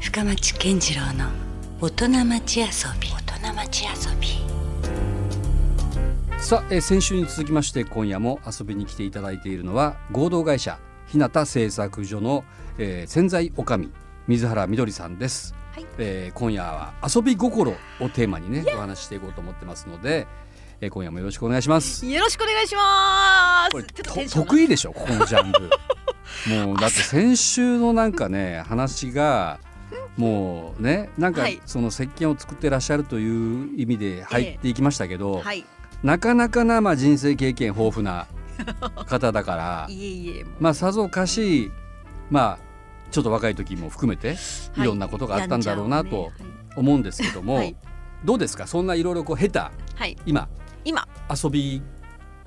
深町健次郎の大人町遊び大人町遊びさあ、えー先週に続きまして今夜も遊びに来ていただいているのは合同会社日向製作所の、えー、潜在おかみ水原みどりさんです、はいえー今夜は遊び心をテーマにねお話ししていこうと思ってますので、えー今夜もよろしくお願いしますよろしくお願いしまこれす。ちょっとテンシとョンが得意でしょここのジャンル もうだって先週のなんかね話がもうねなんかはいその石鹸を作ってらっしゃるという意味で入っていきましたけど、はい。いなかなかな、まあ、人生経験豊富な方だからえ、いえ。もうまあ、さぞかし、まあ、ちょっと若い時も含めていろんなことがあったんだろうなとはいやんちゃをね思うんですけども、はいどうですかそんないろいろこう下手はいはい。今今。遊び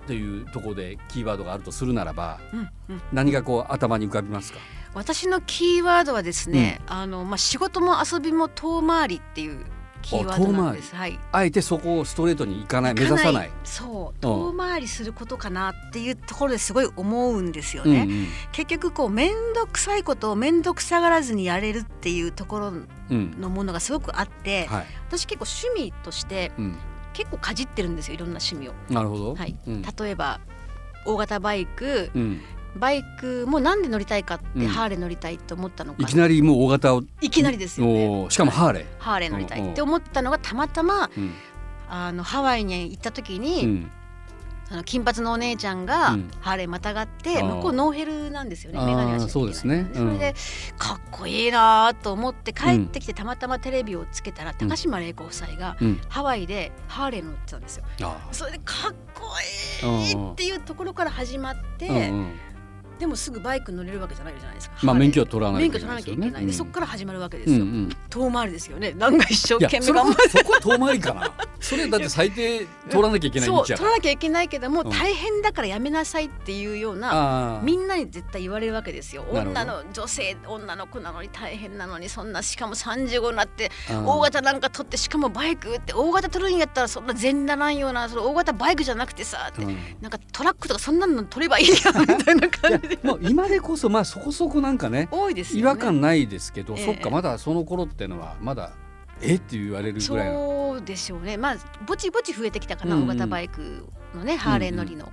というところでキーワードがあるとするならばうんうん。何がこう頭に浮かびますか私のキーワードはですね、あのまあ仕事も遊びも遠回りっていうキーワードなんです。はい。あえてそこをストレートに行かない目指さない。そう。遠回りすることかなっていうところですごい思うんですようんうね。ん結局こう面倒くさいことを面倒くさがらずにやれるっていうところうんのものがすごくあって、はい私結構趣味としてうん、結構かじってるんですよ。いろんな趣味を。なるほど、はいうん例えば大型バイクうん、バイクもなんで乗りたいかって、うんハーレー乗りたいと思ったのかいきなりもう大型をいきなりですよねおーしかもハーレー。ハーレー乗りたいって思ったのがたまたまうんあのハワイに行った時に、うんあの金髪のお姉ちゃんがうんハーレーまたがって、あー向こうノーヘルなんですよねあーメガネはしなきゃいけないそうですねうんそれでかっこいいなーと思って帰ってきてたまたまテレビをつけたら、高島玲子夫妻がうん、ハワイでハーレー乗ってたんですよ。あそれでかっこいいっていうところから始まって。ーうんうんでもすぐバイク乗れるわけじゃないじゃないですか。まあハーレー免許は取らない免許取らなきゃいけない。でそこからら始まるわけでうすんうよ。ん、遠回りですよね。なんか一生いや懸命それ頑張はる。そこは遠回りか なそれだって最低取らなきゃいけないそう道取やからなきゃいけないけども、うん大変だからやめなさいっていうような。あーみんなに絶対言われるわけですよなるほど女の女性女の子なのに大変なのにそんなしかも35になってあー大型なんか取ってしかもバイクって大型取るんやったらそんな全ならんようなその大型バイクじゃなくてさ って、うんなんかトラックとかそんなの取ればいいや みたいない感やじでもう今でこそまあそこそこなんかね多いですよね違和感ないですけど、ええそっかまだその頃ってのはまだえって言われるぐらいのそうでしょうねまあぼちぼち増えてきたかな、うんうん大型バイクのねハーレー乗りの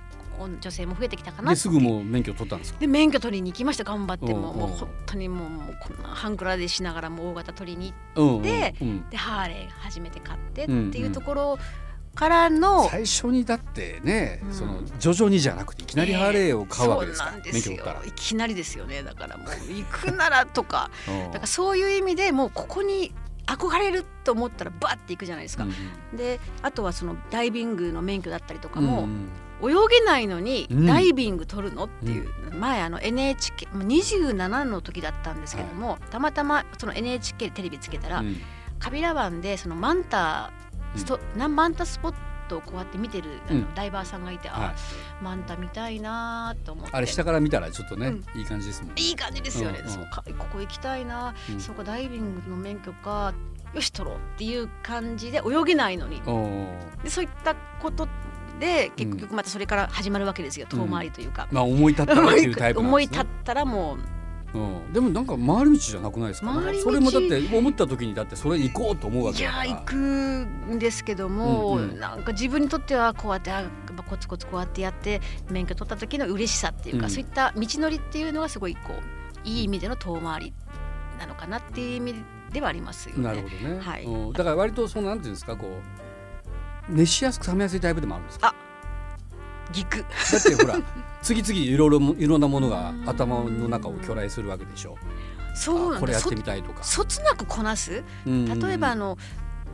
女性も増えてきたかなですぐもう免許取ったんですかで免許取りに行きました頑張ってもうんううんもう本当にもうもうこんな半クラでしながらもう大型取りに行っうんうんでうんてハーレー初めて買ってっうてんうんいうところからの、最初にだってね、うんその徐々にじゃなくていきなりハーレーを買うわけですそうかなら、んで免す許取よったら。いきなりですよねだからもう行くならとかうんだからそういう意味でもうここに憧れると思ったらバッて行くじゃないですか、であとはそのダイビングの免許だったりとかうんも、うん泳げないのにうんダイビング取るの、っていう前あの NHK もう27の時だったんですけども、たまたまその NHK テレビつけたら、うんカビラ湾でそのマンタスト、なマンタスポットをこうやって見てるあのうんダイバーさんがいて、あはいマンタ見たいなーと思ってあれ下から見たらちょっとね、うんいい感じですもんね。いい感じですよね、うんうんそうかここ行きたいな、うんそうかダイビングの免許かよし取ろうっていう感じで泳げないのにおーでそういったことで結局またそれから始まるわけですよ、遠回りというか。まあ思い立ったらっていうタイプなん思いです立ねっ。たらもううん、でもなんか回り道じゃなくないですか。回り道それもだって思った時にだってそれ行こうと思うわいけだやから。ー行くんですけども、うんうんなんか自分にとってはこうやってあやっぱコツコツこうやってやって免許取った時の嬉しさっていうか、うんそういった道のりっていうのがすごいこういい意味での遠回りなのかなっていう意味ではありますよね。なるほどね。はいうんだから割とそのなんていうんですかこう熱しやすく冷めやすいタイプでもあるんですか。ギクだって ほら次々いろいろもいろんなものが頭の中を巨来するわけでしょ。そうあなこれんだやっそてみたいとか。そつなくこなす例えばあの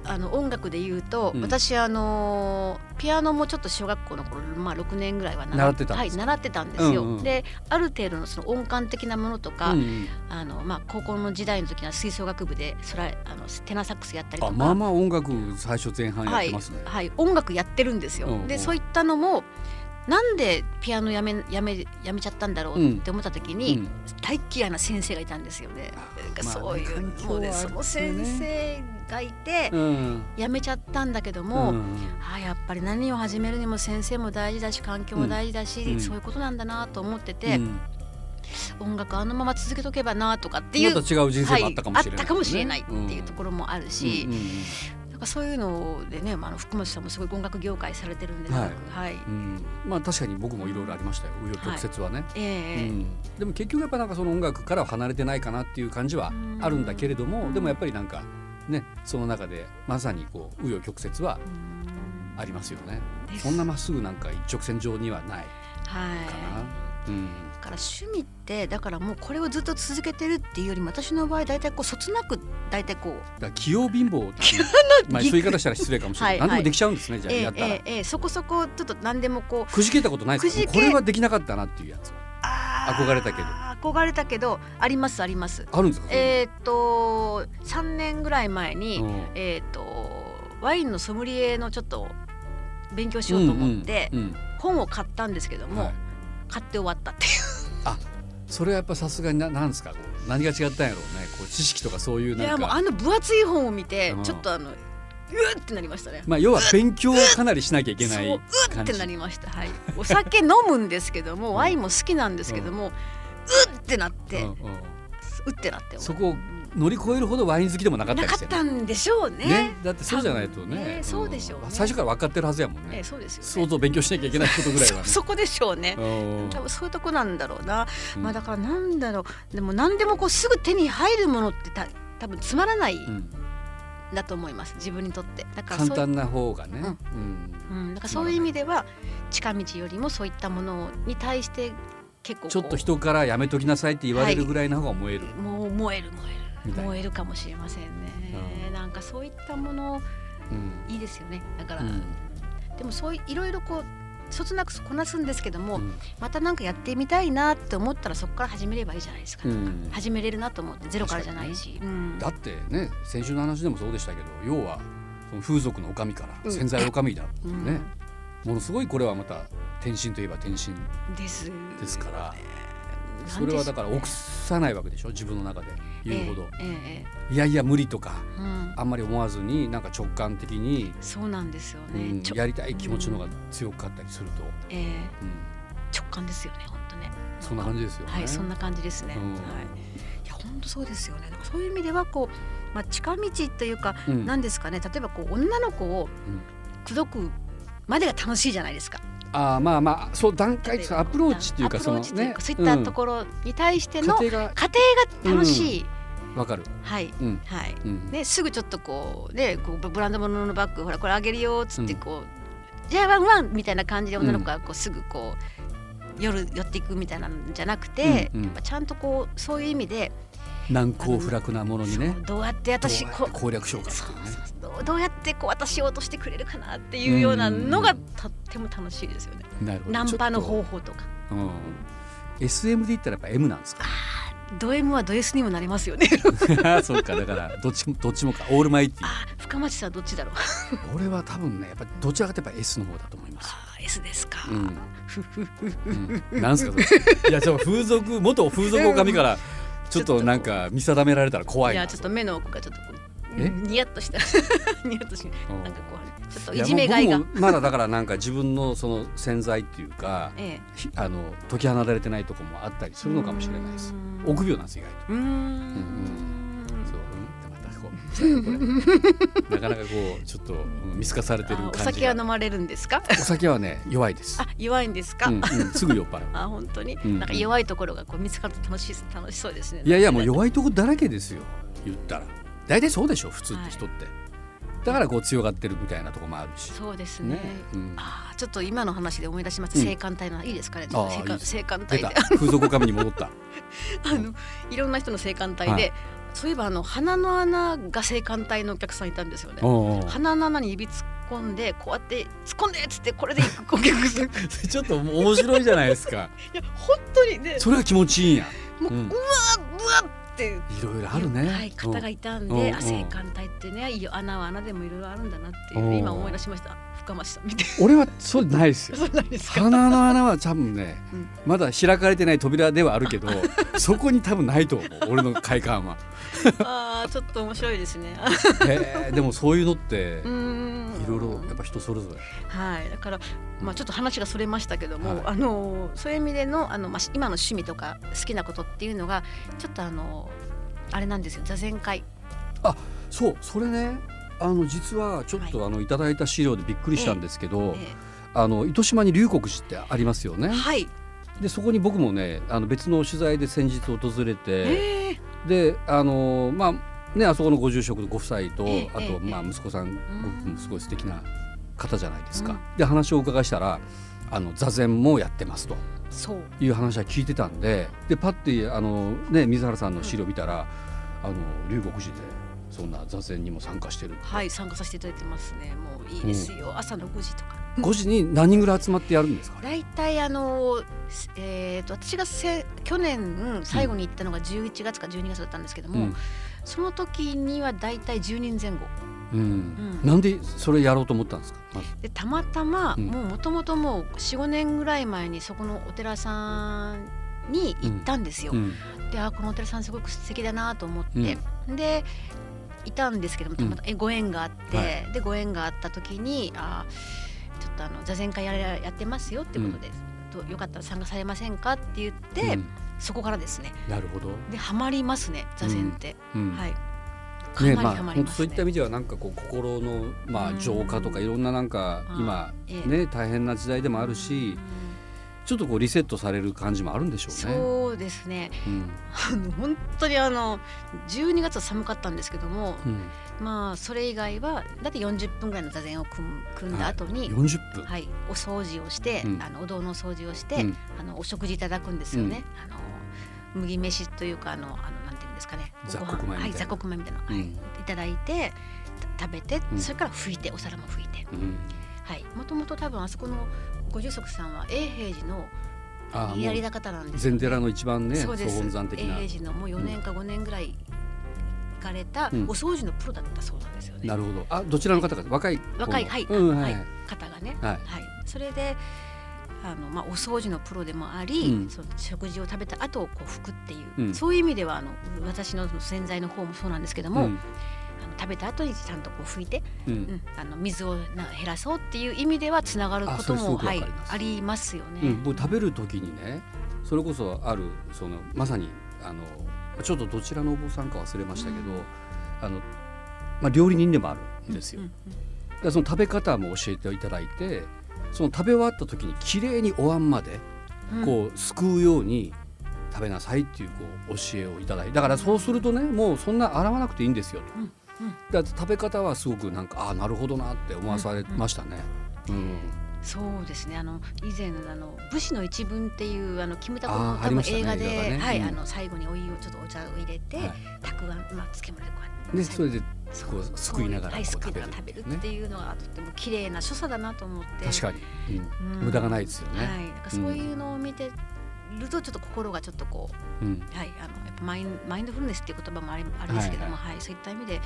あの音楽で言うと、うん私あのピアノもちょっと小学校の頃、まあ、6年ぐらいは習ってたんはでい、すか習ってたんですよ。うんうんである程度のその音感的なものとか、うんうんあのまあ、高校の時代の時には吹奏楽部でそらあのテナーサックスやったりとあかまあまあ音楽最初前半やってますね。はい、音楽やってるんですよ。うんうんでそういったのもなんでピアノやめやめやめちゃったんだろうって思った時に、うん大っ嫌いな先生がいたんですよね。なんかまあそういう、環境もうねはあそるんのですよね先生がいてうんやめちゃったんだけども、うんあやっぱり何を始めるにも先生も大事だし環境も大事だし、うんそういうことなんだなと思ってて。うん音楽あのまま続けとけばなとかっていう、また違う人生もあったかもしれない、はいあったかもしれないっていうところろもあるし、なんかそういうのでね、まあ、あの福本さんもすごい音楽業界されてるんで、はいすごくはいうんまあ確かに僕もいろいろありましたよ紆余曲折はね、ええうん、でも結局やっぱなんかその音楽からは離れてないかなっていう感じはあるんだけれども、うんでもやっぱりなんかねその中でまさにこう紆余曲折はうんありますよねですそんなまっすぐなんか一直線上にはないはいかな、うんだから趣味ってだからもうこれをずっと続けてるっていうよりも私の場合大体こうそつなく大体こうだから器用貧乏 っていうまあそういう言い方したら失礼かもしれない、はいはい何でもできちゃうんですねじゃあええやったら、ええええそこそこちょっと何でもこうくじけたことないですかくじけこれはできなかったなっていうやつあー憧れたけど憧れたけどありますあります。あるんですか、えーっと3年ぐらい前に、うんえーっとワインのソムリエのちょっと勉強しようと思って、うんうんうん本を買ったんですけども、はい買って終わったっていうそれはやっぱさすがにななんですかこう何が違ったんやろうねこう知識とかそういういなやんもうかあの分厚い本を見て、うんちょっとあのうーってなりましたね。まあ要は勉強をかなりしなきゃいけなそうういー感っじてなりました、はい、お酒飲むんですけども、ワインも好きなんですけども、うーってなって、ううんうんってなってそこを乗り越えるほどワイン好きでもなかったなりかしてっねたんでしょうねねだってそうじゃないとね多分ねんそうでしょうね最初から分かってるはずやもんえねえ、そうですよね相当勉強しなきゃいけないことぐらいはねそそこでしょうね、うん多分そういうとこなんだろうな、うんまあだからなんだろうでも何でもこうすぐ手に入るものってた多分つまらないうんんだと思います、自分にとってだから簡そういう単な方がねうんうんうん、だからそういう意味では近道よりもそういったものに対して結構こうちょっと人からやめときなさいって言われるぐらいの方が燃えるもう燃える燃えみたいるな燃えるかもしれませんね、うんなんかそういったものうんいいですよねだから、うんでもそういういろいろこうそつなくこなすんですけどうも、んまたなんかやってみたいなって思ったらそこから始めればいいじゃないですか、うん始めれるなと思ってゼロからじゃないし、うんだってね先週の話でもそうでしたけど要はその風俗の女将かうらん潜在女将だ、うんねものすごいこれはまた転身といえば転身ですですからなんでしょそうれはだから臆さないわけでしょ自分の中で言うほど、えええええいやいや無理とかえうん、あんまり思わずになんか直感的に、そうなんですようね、んちょやりたい気持ちの方が強かったりすると、ええうん直感ですよね本当ねそんな感じですよね。はい、そんな感じですね。うんはい。いや、本当そうですよね。だからそういう意味では、こう、まあ、近道というか、うんなんですかね、例えば、こう、女の子をうん。口説くまでが楽しいじゃないですか。ああまあまあそう段階ですアプローチっていうかアプそロのーチというねかそういったところに対してうんの、過家程が庭が楽しい。わかる。はい。うんはい。うんね、すぐちょっとこう、ね、こう、ブブランド物のバッグ、ほら、これあげるよっつって、うんこう。じゃあ、ワンワンみたいな感じで、女の子が、こう、すぐ、こう。夜寄っていくみたいなんじゃなくて、うんうんやっぱちゃんとこうそういう意味で難攻不落なものにねそうどうやって私どうやっこてう攻略しようかっていそううねそうそうどうどうやってこう私を落としてくれるかなっていうようなのがうんとっても楽しいですよね。なるほどナンパのちょ方っ法とか。とうん SM で言ったらやっぱ M なんですかド M はド S にもなりますよね。そうかだからどっちもどっちもかオールマイティ あー深町さんどっちだろう。俺は多分ねやっぱどちらかといえば S の方だと思いますあー S ですか。うん、うん、なんすかそれいやちょっと風俗元風俗女将から ちょっとなんか見定められたら怖いいなやちょっと目の奥がちょっとこうえニヤッとした ニヤッとしうんなんかこうちょっといいやじめがいがもう。僕もまだだからなんか自分のその潜在っていうかええひあの解き放たれてないとこもあったりするのかもしれないですうーん臆病なんです意外とうーんん。そう、うん、またこう最後これなかなかこうちょっとうん見透かされてるあ感ーおじが酒は飲まれるんですか。 お酒はね弱いですあ弱いんですか。うんうんすぐ酔っ払うあ本当に、んなんか弱いところがこう見つかると楽しい楽しそうですね。いやいやもう弱いとこだらけですよ言ったら大体そうでしょ普通って人って、だからこう強がってるみたいなとこもあるしそうですね。ね、うん、あーちょっと今の話で思い出しました。うん性感帯の話いいですかね。あー性いい感です性感帯出で、たあ風俗女将に戻 ったのいろんな人の性感帯で、はいそういえばあの鼻の穴が性感帯のお客さんいたんですよね。おうおう鼻の穴に指突っ込んでこうやって突っ込んでっつってこれで行く お客さん。い ちょっと面白いじゃないですかや本当にね、それが気持ちいいんやもう、ううんわうわって。いろいろあるね、はい、方がいたんうんうんで、あ、性感帯ってね、いいよ穴は穴でもいろいろあるんだなっていううんね、今思い出しました。深町さん見て。 うん俺はそうないですよそうな んですか。鼻の穴は多分ね、うんまだ開かれてない扉ではあるけ どそこに多分ないと思う俺の快感は、ああ、ちょっと面白いですね。あへえでもそういうのって うーん。いろいろやっぱ人それぞれ。はい、だから、まあ、ちょっと話がそれましたけども、はいあのそういう意味でのあの、まあ、し今の趣味とか好きなことっていうのがちょっとあのあれなんですよ座禅会そうそれねあの実はちょっと、あのいただいた資料でびっくりしたんですけど、えあの糸島に龍谷寺ってありますよねえ。はい、でそこに僕もねあの別の取材で先日訪れて、ええであのまあねあそこのご住職のご夫妻と、ええあえとえまあ息子さんんすごい素敵な方じゃないですか。うで話をお伺いしたらあの座禅もやってますと。そういう話は聞いてたんででパッてあの、ね、水原さんの資料見たら、あの龍谷寺でそんな座禅にも参加してるはい参加させていただいてますねもういいですよ、朝の5時とか5時に何人ぐらい集まってやるんですかね大体あの、すえー、と私がせ去年最後に行ったのが11月か12月だったんですけどうも、んその時には大体10人前後うんうんなんでそれやろうと思ったんですか、まずでたまたま、うんもうもともともう45年ぐらい前にそこのお寺さんに行ったんですよ。うんであこのお寺さんすごく素敵だなと思って、でいたんですけどもたまたまえご縁があって、はでご縁があった時にあちょっとあの座禅会やらやってますよってことで、とよかったら参加されませんかって言って、うんそこからですねなるほど、でハマりますね座禅って、うんはいかねなりまあハマり本当そますうね。いった意味ではなんかこう心の、まうあ、ん浄化とかいろんななんかはい今、ええね、大変な時代でもあるしうんちょっとこうリセットされる感じもあるんでしょうね。そうですねうんあの本当にあの12月は寒かったんですけども、うん、まあそれ以外はだって40分ぐらいの座禅を組む組んだ後に、はい40分、お掃除をして、うんあのお堂の掃除をして、うんあのお食事いただくんですよね。あの麦飯というかあのあのなんていうんですかね雑ご飯穀米みたいなはい雑穀米みたいなの、はいうんいただいてた食べて、うんそれから拭いてお皿も拭いてうんはいもともと多分あそこのご住職さんは永平寺のああもう左高なんですよ禅寺の一番ねそう総です本山的な永。平寺のもう4年か5年ぐらい行かれた、うんお掃除のプロだったそうなんですよねなるほど。あ、どちらの方か、若い方の。若い、はいうん、ははいいはい。方がね、はいそれであの、まあ、お掃除のプロでもあり、うんその食事を食べた後をこう拭くっていう、うんそういう意味ではあの私の洗剤の方もそうなんですけども、うんあの食べた後にちゃんとこう拭いて、う、うんんあの水をな減らそうっていう意味ではつながるあこそとれすごもくはいわかりますありますよね。うん、僕食べる時にね、それこそある、その、まさに、あの。ちょっとどちらのお坊さんか忘れましたけど、あの。まあ、料理人でもあるんですよ。うんだからその食べ方も教えていただいて。その食べ終わった時に綺麗にお椀までうんこうすくうように食べなさいっていうこう教えをいただいてだからそうするとねもうそんな洗わなくていいんですよと、うんうんだから食べ方はすごくなんかああなるほどなって思わされましたね。うんそうですねあの以前あの「武士の一文」っていうあのキムタクあのーあ多り分ましたね映画で、映画がねはいうんあの最後にお湯をちょっとお茶を入れて、はたくあんまあ漬物でこうい、でやって最そ後れでこうそうすくいながらはこうい、すく食いべなるがら食べるねっていうのがとっても綺麗な所作だなと思って確かに、うん無駄がないですよね。はい、なんかそういうのを見てるとちょっと心がちょっとこう、うんはい、あのやっぱマインマインドフルネスっていう言葉もあれあれですけども、ははいそういった意味で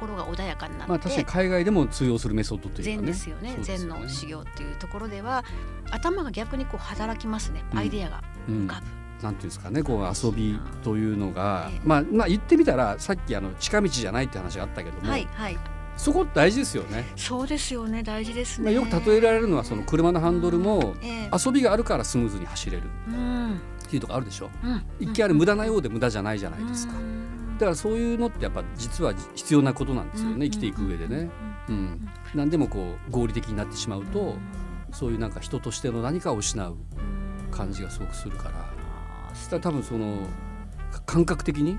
心が穏やかになって、まあ確かに海外でも通用するメソッドというか禅ね。ですよねそう禅の修行っていうところでは頭が逆にこう働きますね、うんアイデアがうん浮かぶ、なんていうんですかねこう遊びというのがええまあまあ言ってみたらさっきあの近道じゃないって話があったけども、はいはいそこ大事ですよね。そうですよね大事ですまあねよく例えられるのはその車のハンドルもええ遊びがあるからスムーズに走れるうっんていうとこあるでしょうん一見あれ無駄なようで無駄じゃないじゃないですかうんだからそういうのってやっぱ実は必要なことなんですよね生きていく上でね、うん、何でもこう合理的になってしまうとそういうなんか人としての何かを失う感じがすごくするからだから多分そのか感覚的に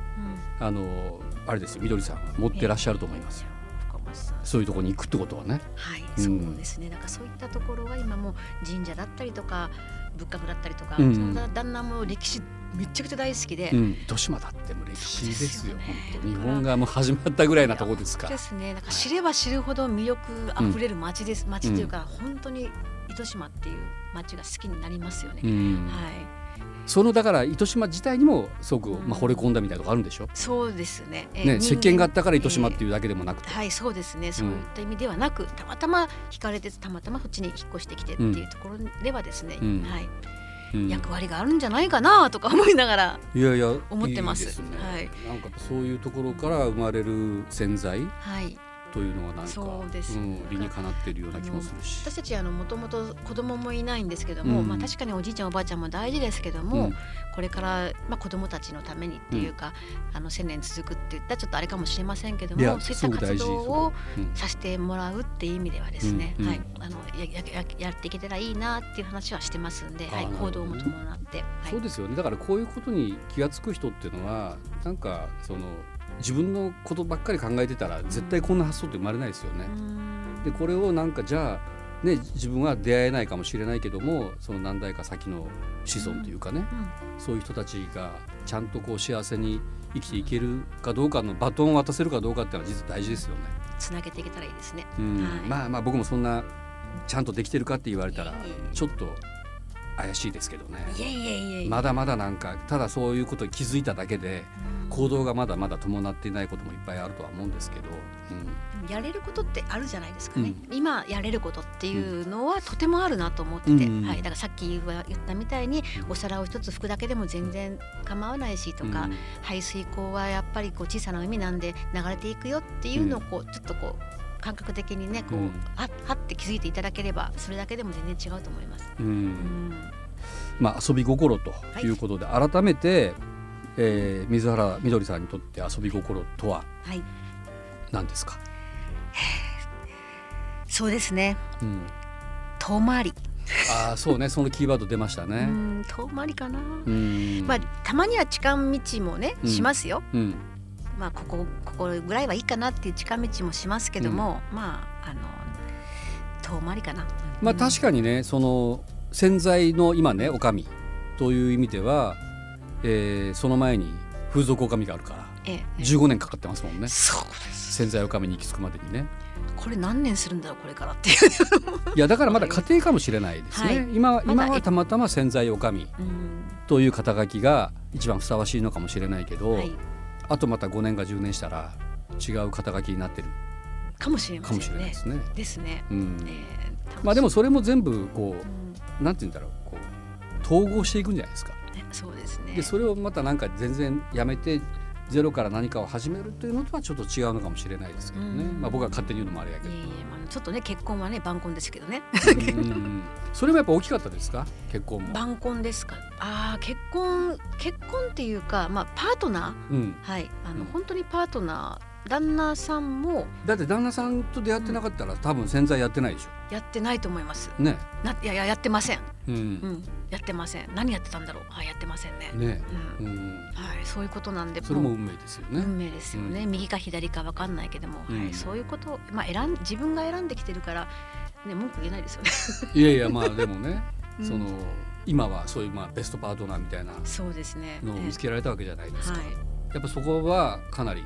あのあれですよみどりさんは持ってらっしゃると思いますよ深町さんそういうところに行くってことはねはい、うんそうですねだからそういったところが今もう神社だったりとか仏閣だったりとか、うんその旦那も歴史めちゃくちゃ大好きで、うん糸島だってもう歴史ですよそうですよね本当日本がもう始まったぐらいなとこですかでらすね。なんか知れば知るほど魅力あふれる街です。街っていうか、本当に糸島っていう街が好きになりますよね。うんはい、そのだから糸島自体にもすごく、うんまあ、惚れ込んだみたいなとこあるんでしょ、そうですね。えーね、石人間鹸があったから糸島ってえいうだけでもなくて、ーはい、そうですね。そういった意味ではなく、たまたま惹かれて、たまたまこっちに引っ越してきてっていうところではですね、うんはい、うん役割があるんじゃないかなとか思いながら、いやいや思ってまいすいですねはいなんかそういうところから生まれる洗剤はい、というのがなんかそうですん、理にかなってるような気もするし私。たちあのもともと子供もいないんですけども、うんまあ確かにおじいちゃんおばあちゃんも大事ですけども、これからまあ子供たちのためにっていうか、あの千年続くって言ったらちょっとあれかもしれませんけども、そういった活動をうんさせてもらうっていう意味ではですね、うんうんはい、あのややややっていけたらいいなっていう話はしてますんで、はい、あーなるほ行ど動ねも伴って、はい、そうですよねだからこういうことに気が付く人っていうのはなんかその自分のことばっかり考えてたら絶対こんな発想って生まれないですよね。うんでこれをなんかじゃあ、ね、自分は出会えないかもしれないけどもその何代か先の子孫というかね、そういう人たちがちゃんとこう幸せに生きていけるかどうかのバトンを渡せるかどうかっていうのは実は大事ですよね。つなげていけたらいいですね。うんはいまあまあ僕もそんなちゃんとできてるかって言われたらいえいえちょっと怪しいですけどね。いえいえいえいえ。まだまだなんかただそういうことに気づいただけで行動がまだまだ伴っていないこともいっぱいあるとは思うんですけど、でもやれることってあるじゃないですかね、う今やれることっていうのはとてもあるなと思ってて、うんはい、だからさっき言わ言ったみたいにお皿を一つ拭くだけでも全然構わないしとうんか、排水口はやっぱりこう小さな海なんで流れていくよっていうのをこうちょっとこう感覚的にねこう、うんあはって気づいていただければそれだけでも全然違うと思います。うんうんまあ、遊び心ということで、改めて、えー水原みどりさんにとって遊び心とははい、何ですか、そうですねうん、遠回り、ああそうねそのキーワード出ましたうね。ん遠回りかな、うんまあたまには近道もねうんしますよ、うんまあ、ここここぐらいはいいかなっていう近道もしますけども、まああの遠回りかな。まあ、確かにねその潜在の今ねおかみという意味では、えーその前に風俗おかみがあるからえええ15年かかってますもんねえ、そうです潜在おかみに行き着くまでにね。これ何年するんだろうこれからっ ていう。いやだからまだ家庭かもしれないですね。はい今はまだ今はたまたま潜在おかみうんという肩書きが一番ふさわしいのかもしれないけど、はい、あとまた5年か10年したら違う肩書きになってるかもしれまかもしせれんないねで。すね。ですね。うんええまあでも、楽しそれも全部こいうんうなんて言うんだろうこう統合していくんじゃないですか。ねそうですね。でそれをまたなんか全然やめてゼロから何かを始めるというのとはちょっと違うのかもしれないですけどね、うんまあ、僕が勝手に言うのもあれやけいどえいえまあちょっとね結婚はね晩婚ですけどね。うんそれもやっぱ大きかったですか結婚も。晩婚ですか。ああ結婚結婚っていうかまあパートナうんーはいあうの、ん本当にパートナー旦那さんもだって旦那さんと出会ってなかったら、多分潜在やってないでしやってないと思います。ょね、ないやいややってません。うんうん、やってません。何やってたんだろう。はい、やってませんね。ね、うん、うん、はい、そういうことなんで。それもう運命ですよね。運命ですよね。右か左かわかんないけども、うんはい、そういうことを、まあ、選ん、自分が選んできてるから。ね、文句言えないですよね。いやいやまあでもね、 うんその今はそういうまあベストパートナーみたいなそうですね。のを見つけられたわけじゃないですか。はい。やっぱそこはかなり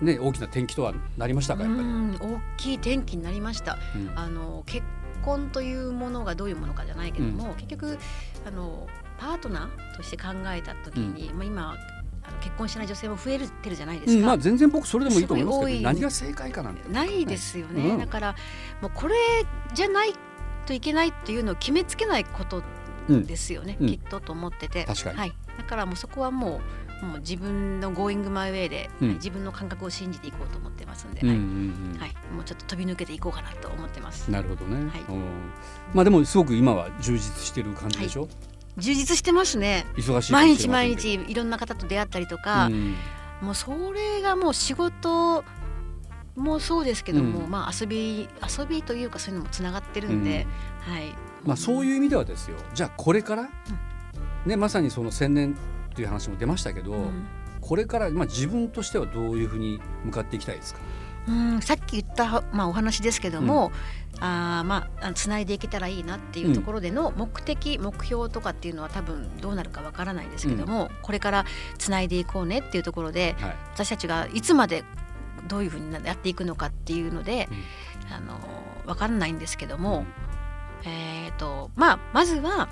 ね大きな転機とはなりましたかやっぱうり。ん、大きい転機になりました。うんあの、結婚というものがどういうものかじゃないけども、結局。あの、パートナーとして考えた時に、まあ、今。あの結婚してない女性も増えてるじゃないでうすん、か。まあ全然僕それでもいいと思いますすごいけど多い何が正解かなんてないですよね、うんだからもうこれじゃないといけないっていうのを決めつけないことですよね、うんきっとと思ってて、確かにはい、だからもうそこはもうもう自分の「Going My Way で」うん自分の感覚を信じていこうと思ってますんで、うんうはんいうんはい、もうちょっと飛び抜けていこうかなと思ってますなるほどね、はいうんまあでもすごく今は充実してる感じでしょ、充実してますね忙しいかもしれませんけど毎日毎日いろんな方と出会ったりとかう、んもうそれがもう仕事もそうですけども、うんまあ遊び遊びというかそういうのもつながってるんで、はいまあそういう意味ではですよじゃあこれから、ねまさにその千年という話も出ましたけど、うんこれからまあ自分としてはどういうふうに向かっていきたいですか、うん、さっき言った、まあ、お話ですけども、あーまああのつないでいけたらいいなっていうところでの目的、目標とかっていうのは多分どうなるかわからないですけども、これからつないでいこうねっていうところではい、私たちがいつまでどういうふうにやっていくのかっていうので、あのわからないんですけども、えーとまあ、まずは、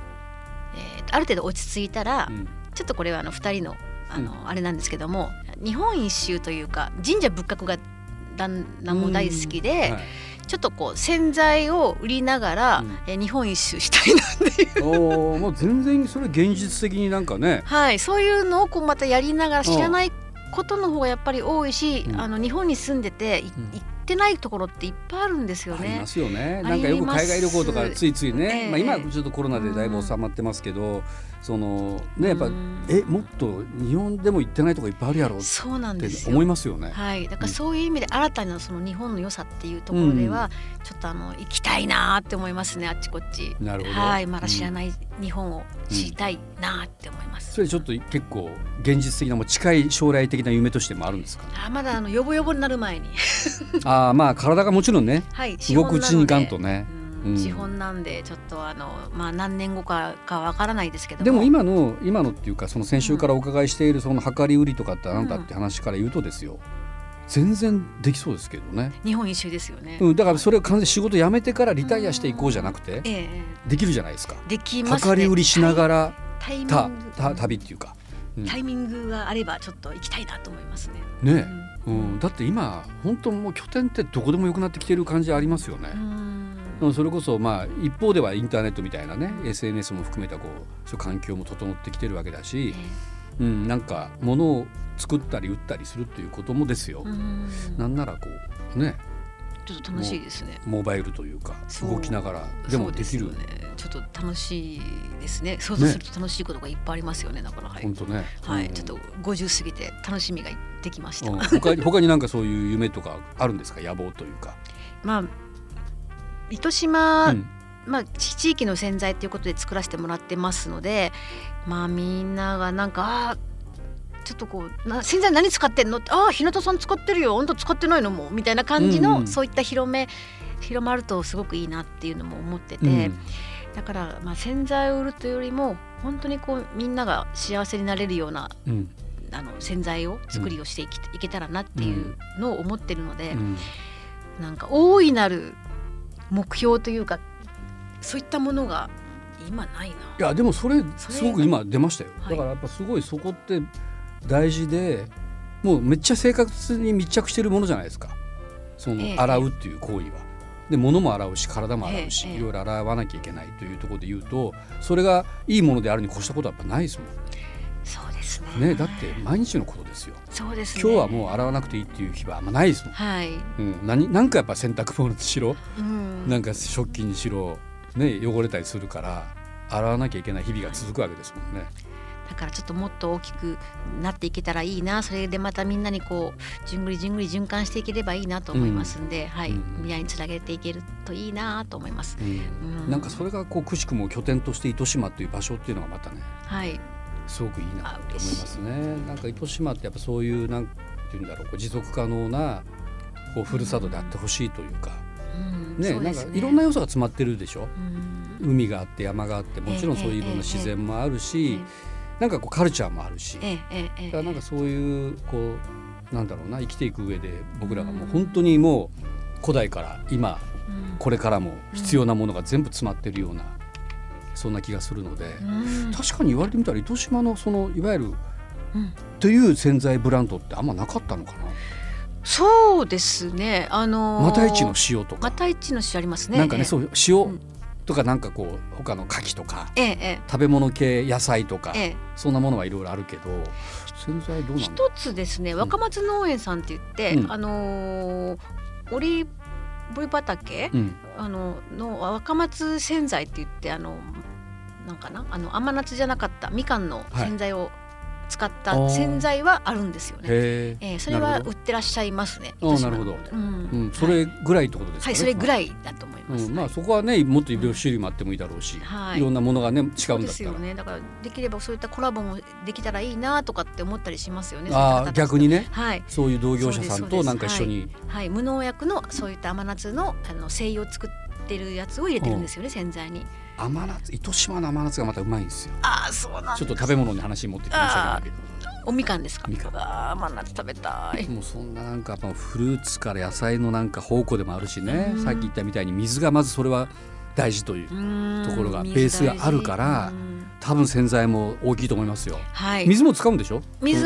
えーとある程度落ち着いたら、うんちょっとこれはあの2人のあの、あれなんですけども日本一周というか神社仏閣が旦那も大好きで、はいちょっとこう洗剤を売りながら、うんえ日本一周したいなっていう、おーもう全然それ現実的になんかね はい、そういうのをこうまたやりながらうん知らないことの方がやっぱり多いし、うんあの日本に住んでてい、んいってないところっていっぱいあるんですよありねま。すよね。ありますなんかよく海外旅行とかついついね、ええまあ今はちょっとコロナでだいぶ収まってますけど、そのねやっぱ、うんえもっと日本でも行ってないとこいっぱいあるやろっそうなんてですよ思いますよね。はい、だうかんらそういう意味で新たなその日本の良さっていうところでは、ちょっとあの行きたいなーって思いますねあっちこっちなるほどはいまだ知らない日本を知りたいなーって思います、それちょっと結構現実的なもう近い将来的な夢としてもあるん ですか。あまだあのヨボヨボになる前に ああまあ体がもちろんねはい動くうちにいかんとねね。うん資本なんでちょっとあのまあ何年後かかわからないですけどもでも今の今のっていうかその先週からお伺いしているその量り売りとかってあなたって話から言うとですよ、全然できそうですけどね、日本一周ですよね、うん、だからそれを完全に仕事辞めてからリタイアしていこうじゃなくてえええできるじゃないですかえできますね量り売りしながらタイミンたグた旅っていうかうんタイミングがあればちょっと行きたいなと思いますね、ねうんうん、だって今本当もう拠点ってどこでもよくなってきてる感じありますよねう。んうんそれこそまあ一方ではインターネットみたいなね SNS も含めたこうそういう環境も整ってきてるわけだし、うん、なんか物を作ったり売ったりするっていうこともですよ、うんなんならこうねちょっと楽しいですねモバイルというかそう動きながらでもできるそうですよねちょっと楽しいですね想像すると楽しいことがいっぱいありますよねだからはい本、当ね、はいうんちょっと50過ぎて楽しみができました、うん、他に他になんかそういう夢とかあるんですか野望というか、まあ糸島、うんまあ、地地域の洗剤ということで作らせてもらってますのでまあみんながなんかあーちょっとこうな洗剤何使ってんのってああ日向さん使ってるよ本当使ってないのもうみたいな感じの、うんうんそういった広め広まるとすごくいいなっていうのも思ってて、うんだからまあ洗剤を売るというよりも本当にこうみんなが幸せになれるようなうんあの洗剤を作りをしていき、いけたらなっていうのを思ってるので、うんなんか大いなる目標というかそういったものが今ないいな。やでもそれそれすごく今出ましたよ、はいだからやっぱすごいそこって大事でもうめっちゃ生活に密着してるものじゃないですかそええの洗うっていう行為は。で物も洗うし体も洗うし、ええええいろいろ洗わなきゃいけないというところで言うとそれがいいものであるに越したことはやっぱないですもそうですんね。ねだって毎日のことですよそうですね。今日はもう洗わなくていいっていう日はあんまないですもはい。ん、うん、何なんかやっぱ洗濯物にしろうん。なんか食器にしろ、ね、汚れたりするから洗わなきゃいけない日々が続くわけですもんね。だからちょっともっと大きくなっていけたらいいな。それでまたみんなにこうじゅんぐりじゅんぐり循環していければいいなと思いますんで、はい。うん未来につなげていけるといいなと思います。うんうんなんかそれがこうくしくも拠点として糸島という場所っていうのがまたねはい。すごくいいなあと思いま嬉しいすね。なんか糸島ってやっぱそういうなんていうんだろうこう持続可能なこうふるさとであってほしいというか、うんねそうなでんかすねいろんな要素が詰まってるでしょ。うん海があって山があってもちろんええそういういろんな自然もあるし、なんかこうカルチャーもあるし、えええええだからえなんかそういうこうなんだろうな生きていく上で僕らがもう本当にもう古代から今うんこれからも必要なものが全部詰まってるような、そんな気がするので、うん確かに言われてみたら糸島のそのいわゆるうんという洗剤ブランドってあんまなかったのかな、そうですね。あのー、またいちの塩とか、また一の種ありますね。なんかね、ええそういうう塩んとかなんかこう他の牡蠣とかえええ食べ物系野菜とか、えええそんなものはいろいろあるけど洗剤どうなんだ一つですね若松農園さんって言って、うんあのーオリーブ畑、うんあのの若松洗剤って言ってあのなんかなあの甘夏じゃなかったみかんの洗剤を使っあたー洗剤はあるんですよね。へえ、ええそれなはるほ売っどてらっしゃいますね。あーなるほど私もうんうん、それはい、ぐらいってことですかね、はいそれぐらいだと思います。うん、まあはいそこはねもっといろいろ種類もあってもいいだろうし、はいい、ろんなものがね違うんだったそうら、ですよね。だからできればそういったコラボもできたらいいなとかって思ったりしますよね。ああそういった方たちと逆にねはいそういう同業者さんとなんか一そ緒うですそうにはい無農薬のそういった甘夏のあの精油を作ってるやつを入れてるんですよね洗剤に。甘夏糸島の甘夏がまたうまいんですよああそうなんちょっと食べ物の話に持ってきましたけどおみかんですか。みかんああ甘夏食べたい。もうそんななんかやっぱフルーツから野菜のなんか宝庫でもあるしね、うんさっき言ったみたいに水がまずそれは大事という、ところがうんベースがあるから。水大事うん多分洗剤も大きいと思いますよはい。水水も使うんでしょ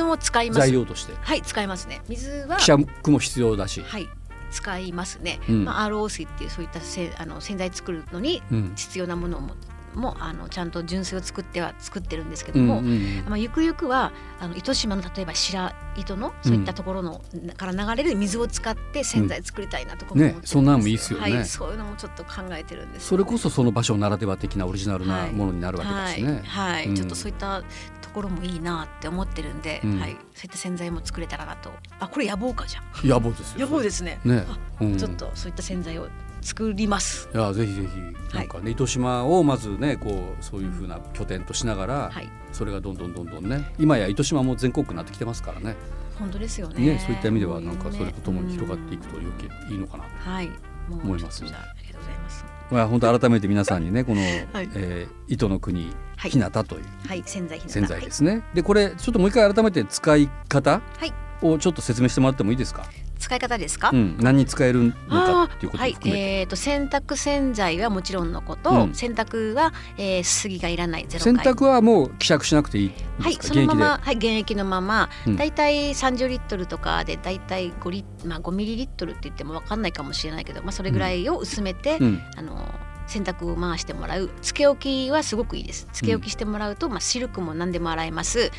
も使います材。料としてはい使いますね。水は希釈も必要だし、はい使いますね。うんまあ RO 水っていうそういったせあの洗剤作るのにうん必要なものももあのちゃんと純粋を作っては作ってるんですけうどんも、うんまあ、ゆくゆくはあの糸島の例えば白糸のそういったところの、から流れる水を使って洗剤作りたいなとかも思ってねそんなのもいいですよはねい、そういうのもちょっと考えてるんですそれよこそその場所ならでは的なオリジナルなはいものになるわけだしね、はい、はいうんちょっとそういったところもいいなって思ってるんで、うんはい、そういった洗剤も作れたらなとあこれ野望かじゃん野望ですよ野望ですねねあ、うんちょっとそういった洗剤を作りますいやぜひぜひなんかね、糸島をまずねこうそういうふうな拠点としながら、はいそれがどんどんどんどんね今や糸島も全国区になってきてますからね本当ですよねねそういった意味ではなんかねそれとともに広がっていくとよけいいのかなうんはいもう思いますちょっとじゃあありがとうございますまあ本当改めて皆さんにねこの、はいえー糸の国はいひなたというはい洗剤ひなた洗剤ですね、でこれちょっともう一回改めて使い方はいをちょっと説明してもらってもいいですか、使い方ですか、うん、何に使えるのかあっていうーことはもい、含めて、えっ、と洗濯洗剤はもちろんのこと、うん洗濯は、えー、すすぎがいらないゼロ洗回。濯はもう希釈しなくていいんですか、はい、そ現の役まで、ま、はい、現役のままうん、だいたい三十リットルとかで、だいたい五リ、まあ、五ミリリットルって言っても、わかんないかもしれないけど、まあ、それぐらいを薄めて。うんあの、洗濯を回してもらう、つけ置きはすごくいいです。つけ置きしてもらうと、まあ、シルクも何でも洗えます。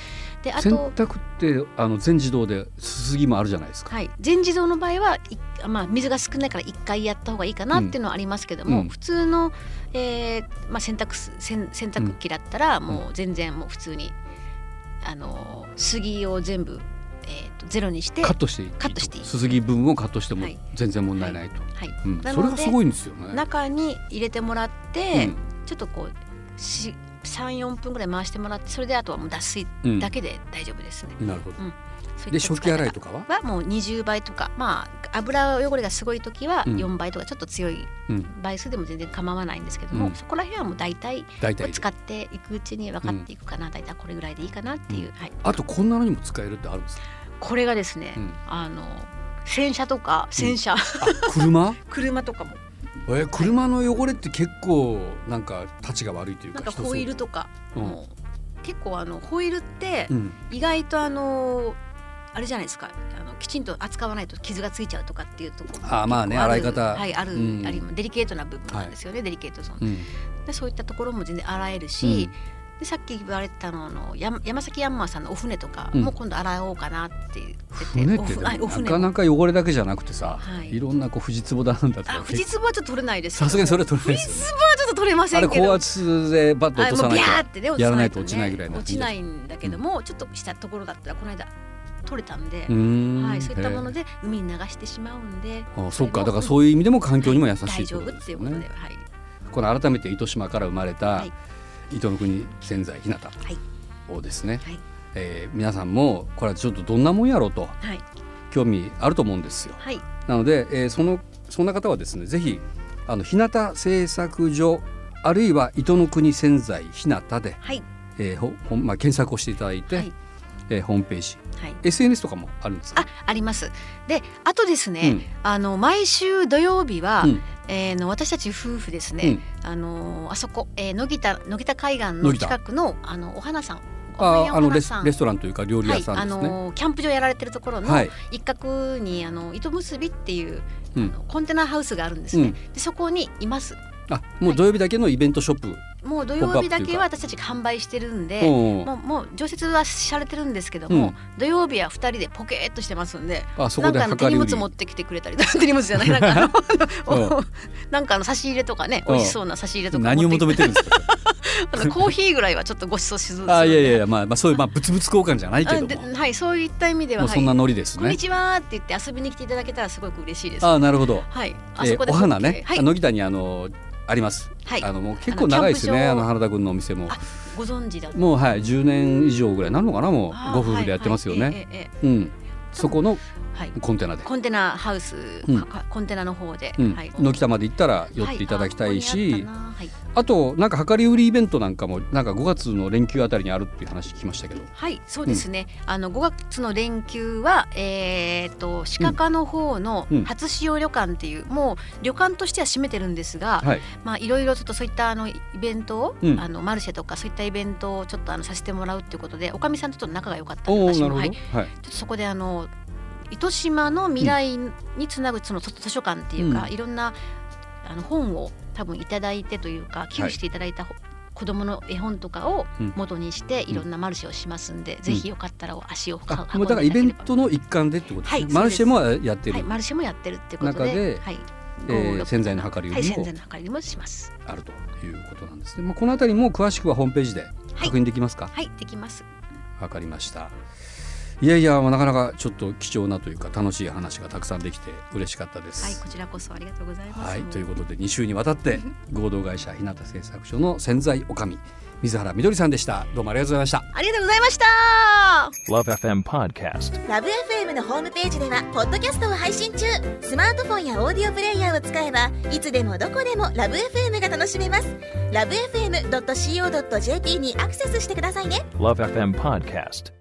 で、あ洗と。濯ってあの全自動ですすぎもあるじゃないですか、はい、全自動の場合はいまあ、水が少ないから1回やった方がいいかなっていうのはありますけども、うん普通の、えーまあ、洗濯す洗洗濯機だったらもう全然もう普通に、あのー杉を全部、えーとゼロにして、カはットしていいカットしていいすすぎ分をカットしてもはい全然問題ないと、い、うん、なそれのがですごいんですよね。中に入れてもらっうて、んちょっとこう34分ぐらい回してもらってそれであとはもう脱水うんだけで大丈夫ですね。なるほどそういでった使い食方器洗いとかは、はもう20倍とか、まあ、油汚れがすごい時はうん4倍とかちょっと強いうん、倍数でも全然構わないんですけども、うんそこら辺はもう大体大体で使っていくうちに分かっていくかな、大体これぐらいでいいかなっていう、うんはい、あとこんなのにも使えるってあるんですか、これがですね、うんあの洗車とか洗車、あ 車車とかもえー車の汚れって結構なんか立ちが悪いというなんかか人ホイールとか、うんもう結構あのホイールってうん意外とあのあれじゃないですかあのきちんと扱わないと傷がついちゃうとかっていうところもあーまあね結構る洗い方はいある、うんあるデリケートな部分なんですよね、デリケートゾーンうんでそういったところも全然洗えるうしん、でさっき言われてたのあのや山崎ヤンマーさんのお船とかうんも今度洗おうかなって言ってて、船っおてふではいおもな船かもなか汚れだけじゃなくてさ、はいい、ろんなこう藤壺だなんだとあか富士壺はちょっと取れないですけさどすがにそれは取れないですよね富士壺はちょっと取れませあれんけど高圧でバッと落とさあもうないビとャーってね落やらとさなないいとと、落ちないぐらいの落ちないんだけども、ちょっとしたところだったらこの間取れたんで、うーんはい、そういったものへで海に流してしまうんでーあそっかだからうそういう意味でも環境にも優しい大とい丈うこと夫っでてすいうよことで、ねはいこの改めて糸島から生まれたはい糸の国千載ひなたはいをですね、はいえー皆さんもこれはちょっとどんなもんやろうとはい興味あると思うんですよはいなので、えーそのそんな方はですねぜひあの日向製作所あるいは糸の国千載ひなたで、はいえーほほんまあ、検索をしていただいて、はいえーホームページはい SNS とかもあるんですかあありますであとですね、うんあの毎週土曜日は、うんえーの私たち夫婦ですうねん、あのーあそこ、えー、野木田野木田海岸野の木田近くのあのお花さんお花あ屋あのおレ花スさんレストランというか料理は屋いさあんですね。のーキャンプ場やられてるところのはい。一角に、あの糸結びっていう、うんあのコンテナハウスがあるんですね、でそこにいますあもう土曜日だけのイベントショップ。もう土曜日だけはポッ私たち販売してるんで、うんもうもう常設はされてるんですけどうも、ん土曜日は二人でポケーっとしてますんであそなこんでかあの手量り荷売り物持ってきてくれたり手荷物じゃないなんかあのう なんかあの差し入れとかねうん美味しそうな差し入れとか何を求めてるんです か。あのコーヒーぐらいはちょっとご馳走しそうですよねあいやいやいやまあまあそういうまあ物々交換じゃないけあどもではいそういった意味ではもうそんなはいノリですこんねに。ちはって言って遊びに来ていただけたらすごく嬉しいですあなるほど。はいあえそーこでお花ねはい野木田にあのあります。はいあのもう結構長いですよねああのの原田君のお店もあご存知だともうはい10年以上ぐらいなのかなもうあご夫婦でやってますよね。はいはいえええうんそこのえはいコンテナで。コンテナハウス、うんかコンテナの方で、うんはい野北まで行ったら寄っていただきたいし、はいあここにあったなはいあとなんか量り売りイベントなんかもなんか5月の連休あたりにあるっていう話聞きましたけど、はい、そうですね。あの5月の連休は、えー、と鹿鹿の方のうん初使用旅館っていう、もう旅館としては閉めてるんですが、はい、まあいろいろちょっとそういったあのイベントを、うんあのマルシェとかそういったイベントをちょっとあのさせてもらうっていうことで、おかみさんとちょっと仲が良かったんでおおなる私ほもど、は、はいいちょ、っとそこであの糸島の未来につなぐその図図書館っていうか、うんいろんなあの本を多分いただいてというか寄付していただいたほ、子供の絵本とかをうん元にしていろんなマルシェをしますんで、ぜひよかったらお足を運んでいただあければもうだからイベントの一環でってことですね、はいマルシェもやってる、はい、マルシェもやってるってこと中でではいえー567洗剤の量り売りもはい、洗剤の量り売りもしますあるということなんですね、まあ、この辺りも詳しくはホームページで確認できますかわ、はいできますかりましたいやいや、まあなかなかちょっと貴重なというか楽しい話がたくさんできて嬉しかったではいす。こちらこそありがとうございますはいということで2週にわた って合同会社日向製作所の潜在おかみ水原みどりさんでしたどうもありがとうございました。ありがとうございました Love FM Podcast. ラブ f m のホームページではポッドキャストを配信中スマートフォンやオーディオプレイヤーを使えばいつでもどこでもラブ f m が楽しめますラブ FM.co.jp にアクセスしてくださいね Love FM Podcast.